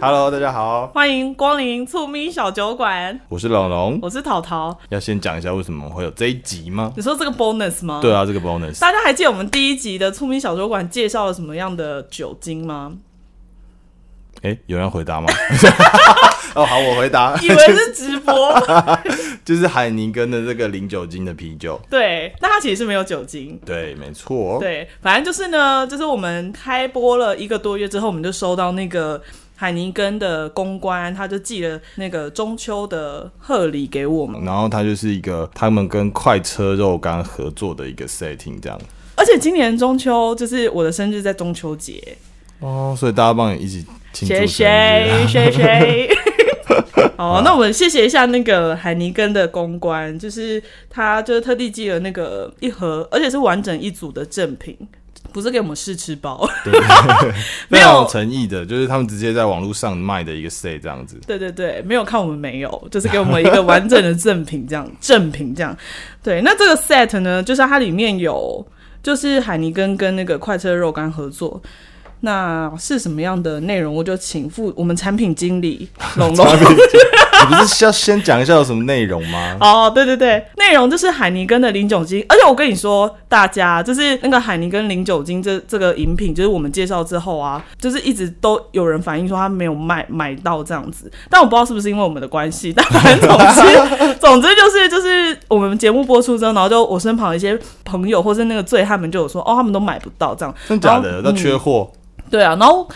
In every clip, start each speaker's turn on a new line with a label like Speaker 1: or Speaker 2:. Speaker 1: Hello，大家好，
Speaker 2: 欢迎光临醋咪小酒馆，
Speaker 1: 我是龙龙。
Speaker 2: 我是淘淘。
Speaker 1: 要先讲一下为什么会有这一集吗？
Speaker 2: 你说这个 bonus 吗？
Speaker 1: 对。啊，这个 bonus
Speaker 2: 大家还记得我们第一集的醋咪小酒馆介绍了什么样的酒精吗？
Speaker 1: 哎、有人要回答吗？ 哦，好，我回 答，
Speaker 2: 以为是直播，
Speaker 1: 就是海尼根的这个零酒精的啤酒。
Speaker 2: 对，但它其实是没有酒精。
Speaker 1: 对，没错。
Speaker 2: 对，反正就是呢，就是我们开播了一个多月之后，我们就收到那个海尼根的公关，他就寄了那个中秋的贺礼给我们。
Speaker 1: 然后它就是一个他们跟快车肉干合作的一个 setting 这样。
Speaker 2: 而且今年中秋就是我的生日在中秋节，
Speaker 1: 哦，所以大家帮你一起庆
Speaker 2: 谢
Speaker 1: 祝生日啊
Speaker 2: 谢谢谢。好，那我们谢谢一下那个海尼根的公关，就是他就是特地寄了那个一盒，而且是完整一组的赠品，不是给我们试吃包。没
Speaker 1: 非
Speaker 2: 有
Speaker 1: 常有诚意的，就是他们直接在网络上卖的一个 set 这样子。
Speaker 2: 对对对，没有看我们没有，就是给我们一个完整的赠品，这样赠品这样。对，那这个 set 呢，就是它里面有，就是海尼根跟那个快车肉干合作。那是什么样的内容？我就请副我们产品经理龙龙
Speaker 1: 你不是要先讲一下有什么内容吗？
Speaker 2: 哦，对对对，内容就是海尼根的零酒精，而呃且我跟你说，大家就是那个海尼根零酒精这这个饮品，就是我们介绍之后啊，就是一直都有人反映说他没有卖买到这样子，但我不知道是不是因为我们的关系，但反正总之 总之就是就是我们节目播出之后，然后就我身旁的一些朋友或是那个醉汉们就有说，哦，他们都买不到这样，
Speaker 1: 真假的？
Speaker 2: 然
Speaker 1: 那
Speaker 2: 后
Speaker 1: 缺货？
Speaker 2: 对啊，然后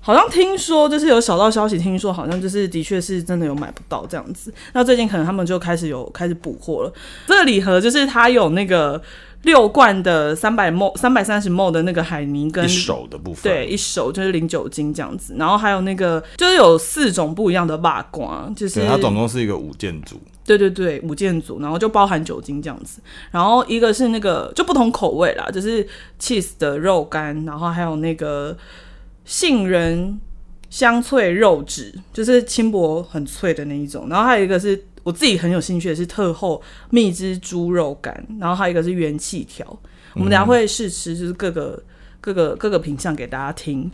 Speaker 2: 好像听说就是有小道消息，听说好像就是的确是真的有买不到这样子。那最近可能他们就开始有开始补货了。这个礼盒就是它有那个六罐的三百 m 三百三十 m 的那个海泥跟
Speaker 1: 一手的部分。
Speaker 2: 对，一手就是零酒精这样子，然后还有那个就是有四种不一样的蜡瓜，就是
Speaker 1: 对，它总共是一个五件组。
Speaker 2: 对对对，五件组，然后就包含酒精这样子。然后一个是那个就不同口味啦，就是 cheese 的肉干，然后还有那个杏仁香脆肉质，就是轻薄很脆的那一种。然后还有一个是我自己很有兴趣的是特厚蜜汁猪肉干，然后还有一个是元气条。我们等一下会试吃，就是各个。各个各个品相给大家听，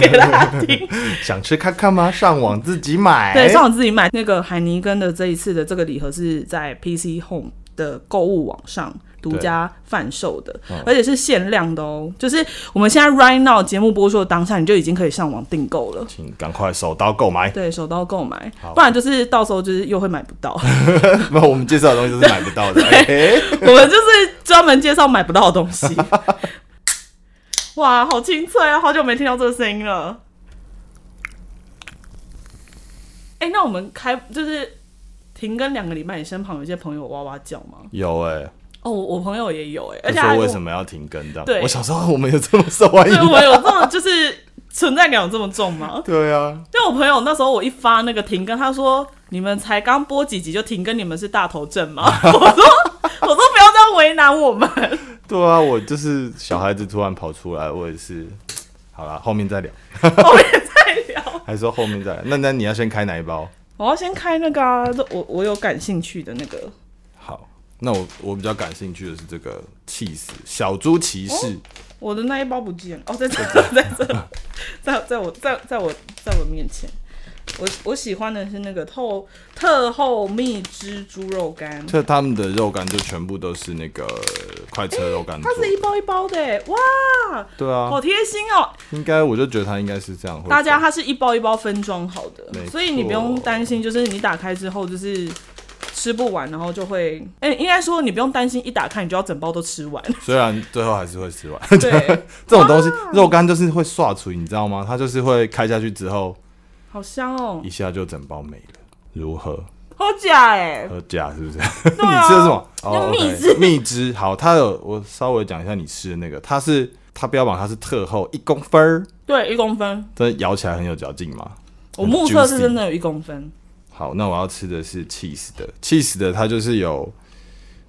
Speaker 2: 给大家听。
Speaker 1: 想吃看看吗？上网自己买。
Speaker 2: 对，上网自己买那个海尼根的这一次的这个礼盒是在 PC Home 的购物网上独家贩售的，而且是限量的哦。就是我们现在 right now 节目播出的当下，你就已经可以上网订购了。
Speaker 1: 请赶快手刀购买。
Speaker 2: 对，手刀购买
Speaker 1: 好，
Speaker 2: 不然就是到时候就是又会买不到。
Speaker 1: 那 我们介绍的东西都是买不到的。哎
Speaker 2: 我们就是专门介绍买不到的东西。哇，好清脆啊！好久没听到这个声音了。哎、那我们开就是停更两个礼拜，你身旁有一些朋友哇哇叫吗？
Speaker 1: 有哎、
Speaker 2: 哦，我我朋友也有哎、而
Speaker 1: 就
Speaker 2: 且还
Speaker 1: 说
Speaker 2: 跟我
Speaker 1: 为什么要停更这样？
Speaker 2: 对
Speaker 1: 我小时候我们有这么受欢迎
Speaker 2: 对
Speaker 1: 吗？
Speaker 2: 我们有这么 就是存在感有这么重吗？
Speaker 1: 对啊，
Speaker 2: 因为我朋友那时候我一发那个停更，他说你们才刚播几集就停更，你们是大头症吗？ 我说我说不要这样为难我们。
Speaker 1: 对啊，我就是小孩子突然跑出来，我也是。好啦，后面再聊，
Speaker 2: 我们也在聊。
Speaker 1: 还说后面再聊。那那你要先开哪一包？
Speaker 2: 我要先开那个、啊，这我我有感兴趣的那个。
Speaker 1: 好，那我我比较感兴趣的是这个 cheese 小猪骑士。
Speaker 2: 哦我的那一包不见了，哦，在这， 在这，在在我在在我在我面前。我我喜欢的是那个透特厚蜜汁猪肉干，
Speaker 1: 这他们的肉干就全部都是那个快车肉干做
Speaker 2: 它
Speaker 1: 的
Speaker 2: 是一包一包的耶，哇，
Speaker 1: 对啊，
Speaker 2: 好贴心哦！
Speaker 1: 应该我就觉得它应该是这样。
Speaker 2: 大家它是一包一包分装好的
Speaker 1: 没，错
Speaker 2: 所以你不用担心，就是你打开之后就是吃不完，然后就会，哎、应该说你不用担心，一打开你就要整包都吃 完。
Speaker 1: 虽然最后还是会吃完
Speaker 2: 对，哦
Speaker 1: 这种东西，肉干就是会刷出，你知道吗？它就是会开下去之后，
Speaker 2: 好香哦
Speaker 1: 一，下就整包没了。如何
Speaker 2: 好假哎，
Speaker 1: 喝假是不是？
Speaker 2: 对啊
Speaker 1: 你吃的是什么？哦
Speaker 2: 用蜜
Speaker 1: OK，
Speaker 2: 汁
Speaker 1: 蜜汁好，它有我稍微讲一下你吃的那个，它是它标榜它是特厚一公分儿，
Speaker 2: 对，一公分，
Speaker 1: 真的咬起来很有嚼劲嘛。
Speaker 2: 我
Speaker 1: 很
Speaker 2: 目测是
Speaker 1: juicy
Speaker 2: 真的有一公分，
Speaker 1: 好，那我要吃的是 cheese 的，cheese 的它就是有，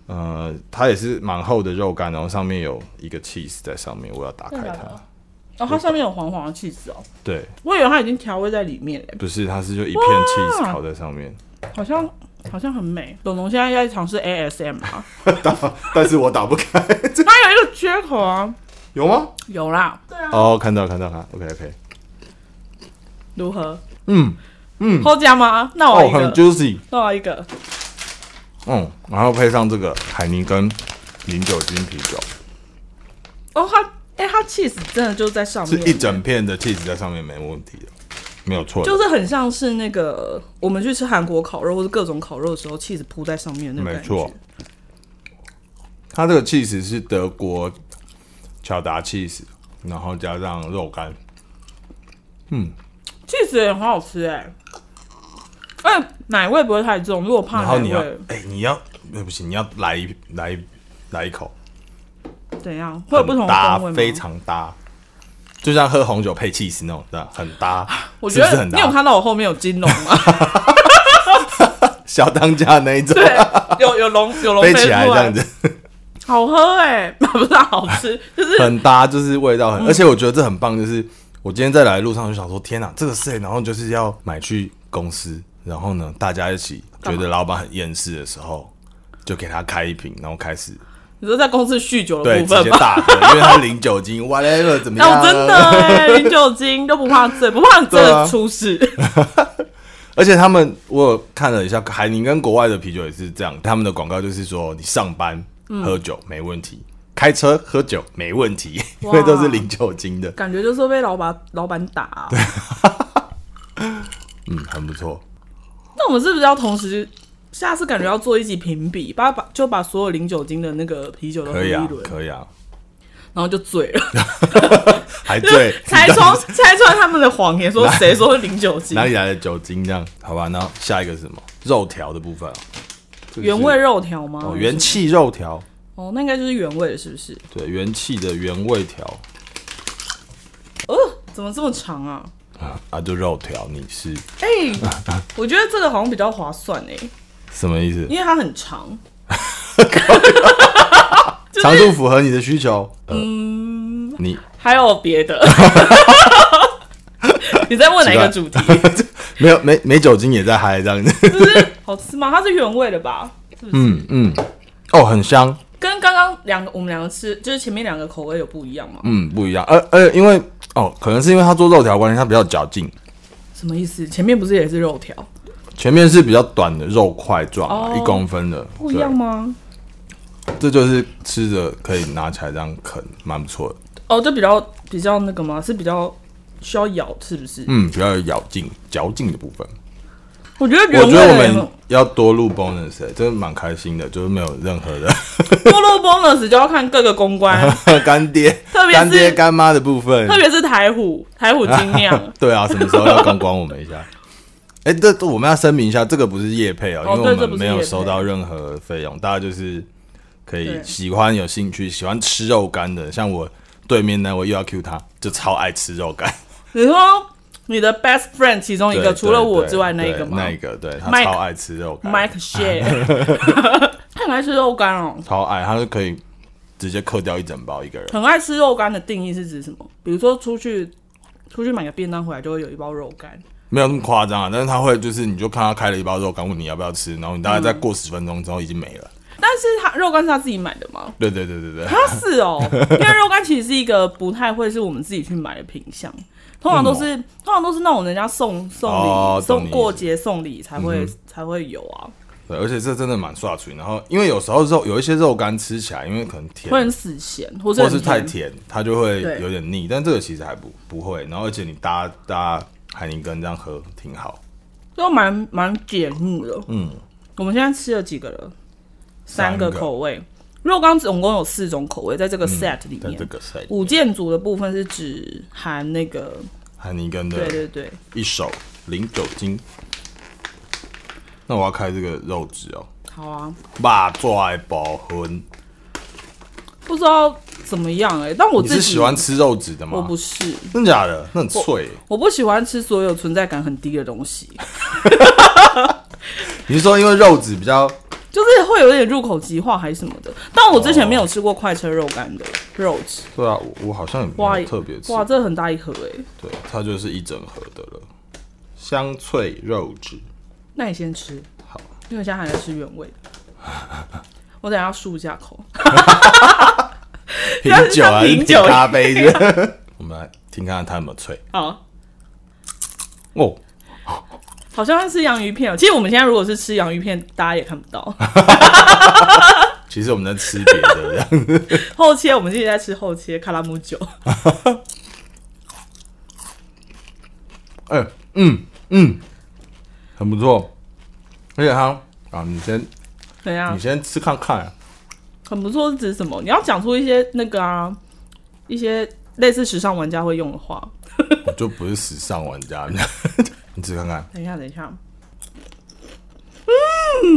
Speaker 1: 呃，它也是蛮厚的肉干，然后上面有一个 cheese 在上面，我要打开
Speaker 2: 真的假
Speaker 1: 它
Speaker 2: 的。哦，它上面有黄黄的气质哦，
Speaker 1: 对，
Speaker 2: 我以为它已经调味在里面嘞，
Speaker 1: 不是，它是就一片 cheese 烤在上面。
Speaker 2: 好像好像很美。龙龙现在在尝试 ASM 啊，
Speaker 1: 但是我打不开，
Speaker 2: 它有一个缺口啊，
Speaker 1: 有吗？
Speaker 2: 有啦，
Speaker 1: 哦，看到看到看，OK OK，
Speaker 2: 如何？
Speaker 1: 嗯嗯，
Speaker 2: 好加吗？那我
Speaker 1: 哦，
Speaker 2: 一
Speaker 1: 很
Speaker 2: 个，
Speaker 1: juicy，
Speaker 2: 那我一个，
Speaker 1: 嗯，然后配上这个海尼根零酒精啤酒，
Speaker 2: 哦，它哎、它 cheese 真的就在上
Speaker 1: 是
Speaker 2: 面，
Speaker 1: 一整片的 cheese 在上面没问题的，没有错的，
Speaker 2: 就是很像是那个我们去吃韩国烤肉或者各种烤肉的时候，cheese 铺在上面的那个
Speaker 1: 没
Speaker 2: 感觉。
Speaker 1: 错。它这个 cheese 是德国巧达 cheese，然后加上肉干，
Speaker 2: cheese 也很好吃哎、哎、奶味不会太重，如果怕
Speaker 1: 然后
Speaker 2: 奶
Speaker 1: 你要
Speaker 2: 味，
Speaker 1: 哎、你要对不起，你要来一来一来一口，
Speaker 2: 怎样会有不同
Speaker 1: 很
Speaker 2: 的
Speaker 1: 搭
Speaker 2: 风味，吗？
Speaker 1: 非常搭，就像喝红酒配 cheese 那种的，很搭。
Speaker 2: 我觉得
Speaker 1: 是不是很搭
Speaker 2: 你有看到我后面有金龙吗？
Speaker 1: 小当家那一种，
Speaker 2: 对，有有龙有龙
Speaker 1: 飞
Speaker 2: 出
Speaker 1: 起来这样子，
Speaker 2: 好喝哎、不是好吃，就是
Speaker 1: 很搭，就是味道很，
Speaker 2: 嗯
Speaker 1: 而且我觉得这很棒，就是我今天在来的路上就想说，天哪、这个事情，然后就是要买去公司，然后呢，大家一起觉得老板很厌世的时候，就给他开一瓶，然后开始
Speaker 2: 你说在公司酗酒的
Speaker 1: 对
Speaker 2: 部
Speaker 1: 直
Speaker 2: 分
Speaker 1: 接
Speaker 2: 吧。
Speaker 1: 大喝，因为他零酒精，whatever 怎么样，啊
Speaker 2: 哦，真的哎、零酒精都不怕醉，不怕真
Speaker 1: 对
Speaker 2: 的
Speaker 1: 啊
Speaker 2: 出事。
Speaker 1: 而且他们，我有看了一下，海宁跟国外的啤酒也是这样，他们的广告就是说，你上班喝酒没问题，开车喝酒没问题，因
Speaker 2: 哇
Speaker 1: 为都是零酒精的，
Speaker 2: 感觉就是被老板老板打、啊
Speaker 1: 嗯，很不错。
Speaker 2: 那我们是不是要同时？下次感觉要做一集评比，把把就把所有零酒精的那个啤酒都喝
Speaker 1: 可
Speaker 2: 一
Speaker 1: 以啊，
Speaker 2: 轮，
Speaker 1: 可以啊，
Speaker 2: 然后就醉 了，，
Speaker 1: 还醉
Speaker 2: 拆穿拆穿他们的谎言，说谁说是零酒精
Speaker 1: 哪，里来的酒精这样？好吧，那下一个是什么？肉条的部分、啊，这个是
Speaker 2: 原味肉条吗？
Speaker 1: 哦，元气肉条，
Speaker 2: 哦，那应该就是原味的，是不是？
Speaker 1: 对，元气的原味条
Speaker 2: 哦，怎么这么长啊？
Speaker 1: 啊，就肉条，你是
Speaker 2: 哎、我觉得这个好像比较划算哎、
Speaker 1: 什么意思？
Speaker 2: 因为它很长。
Speaker 1: 长度符合你的需求？嗯，你
Speaker 2: 还有别的？ 你在问哪一个主题？
Speaker 1: 没有没没酒精也在嗨这样子。
Speaker 2: 就是好吃吗？它是原味的吧？
Speaker 1: 嗯嗯， 哦，很香，
Speaker 2: 跟刚刚两个我们两个吃，就是前面两个口味有不一样吗？
Speaker 1: 嗯，不一样。而、而、因为哦，可能是因为它做肉条的关系，它比较嚼劲，
Speaker 2: 什么意思？前面不是也是肉条，
Speaker 1: 前面是比较短的肉块状嘛，
Speaker 2: 哦
Speaker 1: 一、公分的，
Speaker 2: 不一样吗？
Speaker 1: 对？这就是吃着可以拿起来这样啃，蛮不错的。
Speaker 2: 哦，就比较比较那个吗？是比较需要咬，是不是？
Speaker 1: 嗯，比较有咬劲、嚼劲的部分。
Speaker 2: 我觉得原
Speaker 1: 我
Speaker 2: 味
Speaker 1: 觉得
Speaker 2: 的
Speaker 1: 我们要多录 bonus，、欸、真的蛮开心的，就是没有任何的
Speaker 2: 多肉 bonus 就要看各个公关，
Speaker 1: 干爹、
Speaker 2: 特别是
Speaker 1: 干爹干妈的部分
Speaker 2: 特。别是台虎，台虎精酿
Speaker 1: 。对啊，什么时候要公关我们一下？ 哎、这这我们要声明一下，这个不是业配哦、
Speaker 2: 哦
Speaker 1: 因为
Speaker 2: 对这
Speaker 1: 我
Speaker 2: 不是
Speaker 1: 们没
Speaker 2: 业
Speaker 1: 有
Speaker 2: 配
Speaker 1: 收到任何费用，大家就是可以
Speaker 2: 对
Speaker 1: 喜欢、有兴趣、喜欢吃肉干的，像我对面那位又要 Q 他，就超爱吃 肉干。
Speaker 2: 你说你的 best friend 其中一
Speaker 1: 对
Speaker 2: 个，除了
Speaker 1: 对
Speaker 2: 我
Speaker 1: 对
Speaker 2: 之外那一个
Speaker 1: 对
Speaker 2: 吗
Speaker 1: 那一个对他
Speaker 2: Mike-
Speaker 1: 超爱吃肉干
Speaker 2: ？Mike share，他
Speaker 1: 啊
Speaker 2: 很爱吃肉干哦，
Speaker 1: 超爱，他是可以直接嗑掉一整包一个人。
Speaker 2: 很爱吃肉干的定义是指什么？比如说出去出去买个便当回来就会有一包肉干，
Speaker 1: 没有那么夸张啊，但是他会就是，你就看他开了一包肉干，问你要不要吃，然后你大概
Speaker 2: 嗯
Speaker 1: 再过十分钟之后已经没了。
Speaker 2: 但是他肉干是他自己买的吗？
Speaker 1: 对对对对对，
Speaker 2: 他是 哦，因为肉干其实是一个不太会是我们自己去买的品相，通常都是通常都是那种人家送送礼、
Speaker 1: 嗯哦嗯懂你
Speaker 2: 送
Speaker 1: 意思
Speaker 2: 过节送礼才会、才会有啊，
Speaker 1: 对，而且这真的蛮刷嘴。然后因为有时候肉有一些肉干吃起来，因为可能甜
Speaker 2: 会很死咸，或
Speaker 1: 或
Speaker 2: 者
Speaker 1: 是
Speaker 2: 很
Speaker 1: 太甜，它就会
Speaker 2: 对
Speaker 1: 有点腻，但这个其实还不不会。然后而且你搭搭海宁根这样喝挺好，
Speaker 2: 都蛮蛮解腻的。
Speaker 1: 嗯，
Speaker 2: 我们现在吃了几个了？
Speaker 1: 三
Speaker 2: 三个
Speaker 1: 个嗯
Speaker 2: 口味。肉干总共有四种口味，在这个 set 里
Speaker 1: 在这
Speaker 2: 面，
Speaker 1: 个谁
Speaker 2: 五件组的部分是指含那个，
Speaker 1: 海宁根
Speaker 2: 对
Speaker 1: 的
Speaker 2: 对对，
Speaker 1: 一手零酒精。那我要开这个肉汁哦，
Speaker 2: 好啊，
Speaker 1: 霸拽保魂。
Speaker 2: 不知道怎么样哎、但我
Speaker 1: 你
Speaker 2: 自己
Speaker 1: 是喜欢，吃肉质的吗？
Speaker 2: 我不是，
Speaker 1: 真假的？那很脆耶。
Speaker 2: 我不喜欢吃所有存在感很低的东西，
Speaker 1: 你是说因为肉质比较
Speaker 2: 就是会有点入口即化还是什么的。但我之前没有吃过快车肉干的肉质，
Speaker 1: 对啊？我我好像也没
Speaker 2: 哇，
Speaker 1: 有特别吃，
Speaker 2: 哇，这很大一盒哎、
Speaker 1: 对，它就是一整盒的了，香脆肉质。
Speaker 2: 那你先吃，
Speaker 1: 好，
Speaker 2: 因为我现在还在吃原味 的，我等一下漱一下口。
Speaker 1: 品酒啊，
Speaker 2: 像
Speaker 1: 是
Speaker 2: 品酒一样
Speaker 1: 咖啡的。我们来听看看它有没有脆
Speaker 2: 好，
Speaker 1: 哦，
Speaker 2: 好像是吃洋芋片哦。其实我们现在如果是吃洋芋片，大家也看不 到。
Speaker 1: 其实我们在吃别的，这样
Speaker 2: 后切，我们现在在吃后切卡拉姆酒。
Speaker 1: 哎、嗯嗯，很不错。而且它啊，你先
Speaker 2: 怎样
Speaker 1: 你？先吃看看、啊
Speaker 2: 很不错是指什么？你要讲出一些那个啊，一些类似时尚玩家会用的话。
Speaker 1: 我就不是时尚玩家， 你吃看看
Speaker 2: 等一下，等一下，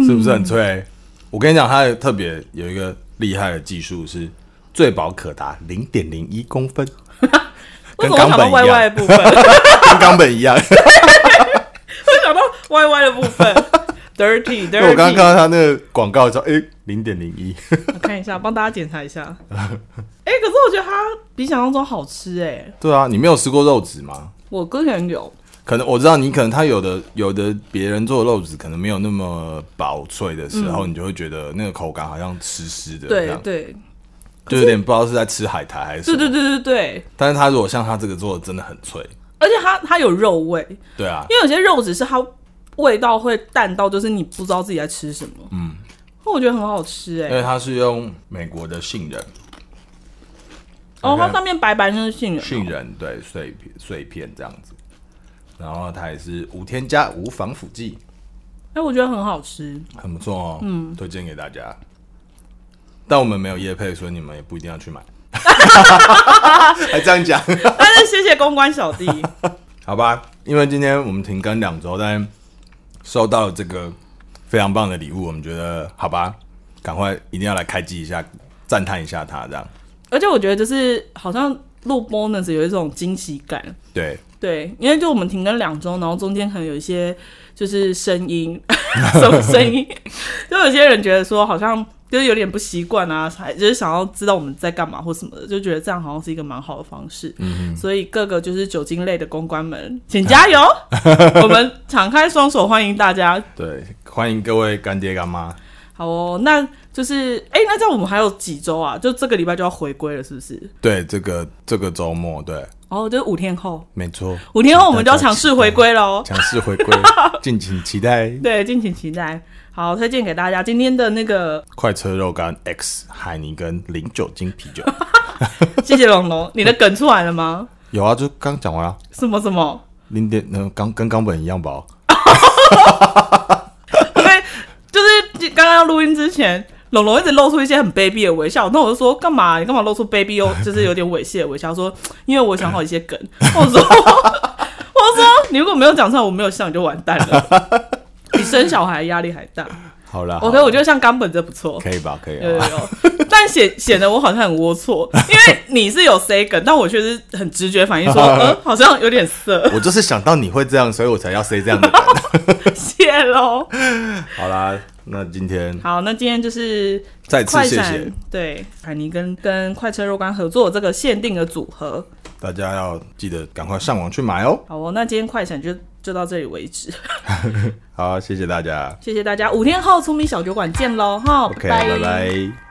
Speaker 1: 是不是很脆？我跟你讲，它特别有一个厉害的技术是最薄可达零点零一 公分，
Speaker 2: 为
Speaker 1: 跟
Speaker 2: 什么我
Speaker 1: 冈
Speaker 2: 想到
Speaker 1: 本
Speaker 2: YY
Speaker 1: 一
Speaker 2: 的
Speaker 1: 样，
Speaker 2: 部 分？
Speaker 1: 跟冈 本一样。
Speaker 2: 我想到 YY 的部分，dirty
Speaker 1: 因为
Speaker 2: dirty。
Speaker 1: 我刚刚看到它那个广告说，哎、零点零一，
Speaker 2: 我看一下，帮大家检查一下。哎、可是我觉得它比想象中好吃哎、
Speaker 1: 对啊，你没有吃过肉质吗？
Speaker 2: 我之前有，
Speaker 1: 可能我知道你可能它有的有的别人做的肉质可能没有那么薄脆的时候，你就会觉得那个口感好像湿湿的，这
Speaker 2: 嗯对
Speaker 1: 样
Speaker 2: 对
Speaker 1: 就有点不知道是在吃海苔还是什
Speaker 2: 对
Speaker 1: 么。
Speaker 2: 对对对对，
Speaker 1: 但是它如果像它这个做的真的很脆，
Speaker 2: 而且它它有肉味，因
Speaker 1: 对啊，
Speaker 2: 为有些肉只是它味道会淡到，就是你不知道自己在吃什么。嗯，那我觉得很好吃哎、
Speaker 1: 因为它是用美国的杏仁，
Speaker 2: 哦，它
Speaker 1: OK
Speaker 2: 上面白白那是杏仁，
Speaker 1: 杏仁对碎片碎片这样子，然后它也是无添加无防腐剂，
Speaker 2: 哎、我觉得很好吃。
Speaker 1: 很不错哦，嗯，推荐给大家。但我们没有业配，所以你们也不一定要去买。还这样讲，
Speaker 2: 但是哎谢谢公关小 弟，
Speaker 1: 好吧？因为今天我们停更两周，但收到了这个非常棒的礼物，我们觉得好吧，赶快一定要来开机一下，赞叹一下它，这样
Speaker 2: 而且我觉得就是好像录 bonus 有一种惊喜感。
Speaker 1: 对。
Speaker 2: 对，因为就我们停更两周，然后中间可能有一些就是声音，什么声音，就有些人觉得说好像就是有点不习惯啊，还就是想要知道我们在干嘛或什么的，就觉得这样好像是一个蛮好的方式。嗯，所以各个就是酒精类的公关们，请加油！我们敞开双手欢迎大家。
Speaker 1: 对，欢迎各位干爹干妈。
Speaker 2: 好哦，那就是哎、那这样我们还有几周啊？就这个礼拜就要回归了，是不是？
Speaker 1: 对，这个这个周末，对，
Speaker 2: 哦，就是五天后，
Speaker 1: 没错，
Speaker 2: 五天后我们就要强势回归喽。
Speaker 1: 强势回归，敬请期待。
Speaker 2: 对，敬请期待。好，推荐给大家今天的那个，
Speaker 1: 快车肉干 X 海尼根零酒精啤酒，
Speaker 2: 谢谢龙龙，你的梗出来了吗？
Speaker 1: 有啊，就刚讲完了，
Speaker 2: 什么什么？
Speaker 1: 零点那刚跟冈本一样薄，
Speaker 2: 因为就是刚刚要录音之前，龙龙一直露出一些很卑鄙的微笑，那我就说干嘛？你干嘛露出卑鄙哦，就是有点猥亵的微笑？他说因为我想好一些梗，我说 我说你如果没有讲出来，我没有笑你就完蛋了，比生小孩压力还大。
Speaker 1: 好啦
Speaker 2: OK，我觉得像冈本这不错。
Speaker 1: 可以吧，可以
Speaker 2: 有有
Speaker 1: 啊，
Speaker 2: 有，但显显得我好像很龌龊，因为你是有 say 梗，但我却是很直觉反应 说，呃，好像有点色，
Speaker 1: 我就是想到你会这样，所以我才要 say 这样的梗。
Speaker 2: 谢喽。
Speaker 1: 好啦，那今天
Speaker 2: 好，那今天就是
Speaker 1: 再次
Speaker 2: 快
Speaker 1: 谢
Speaker 2: 闪
Speaker 1: 谢
Speaker 2: 对海尼跟跟快车肉干合作这个限定的组合。
Speaker 1: 大家，要记得赶快上网去买哦。
Speaker 2: 好哦，那今天快闪就就到这里为止，
Speaker 1: 好，谢谢大家
Speaker 2: 谢谢大家，五天后出米小酒馆见喽哈
Speaker 1: ，OK，拜拜。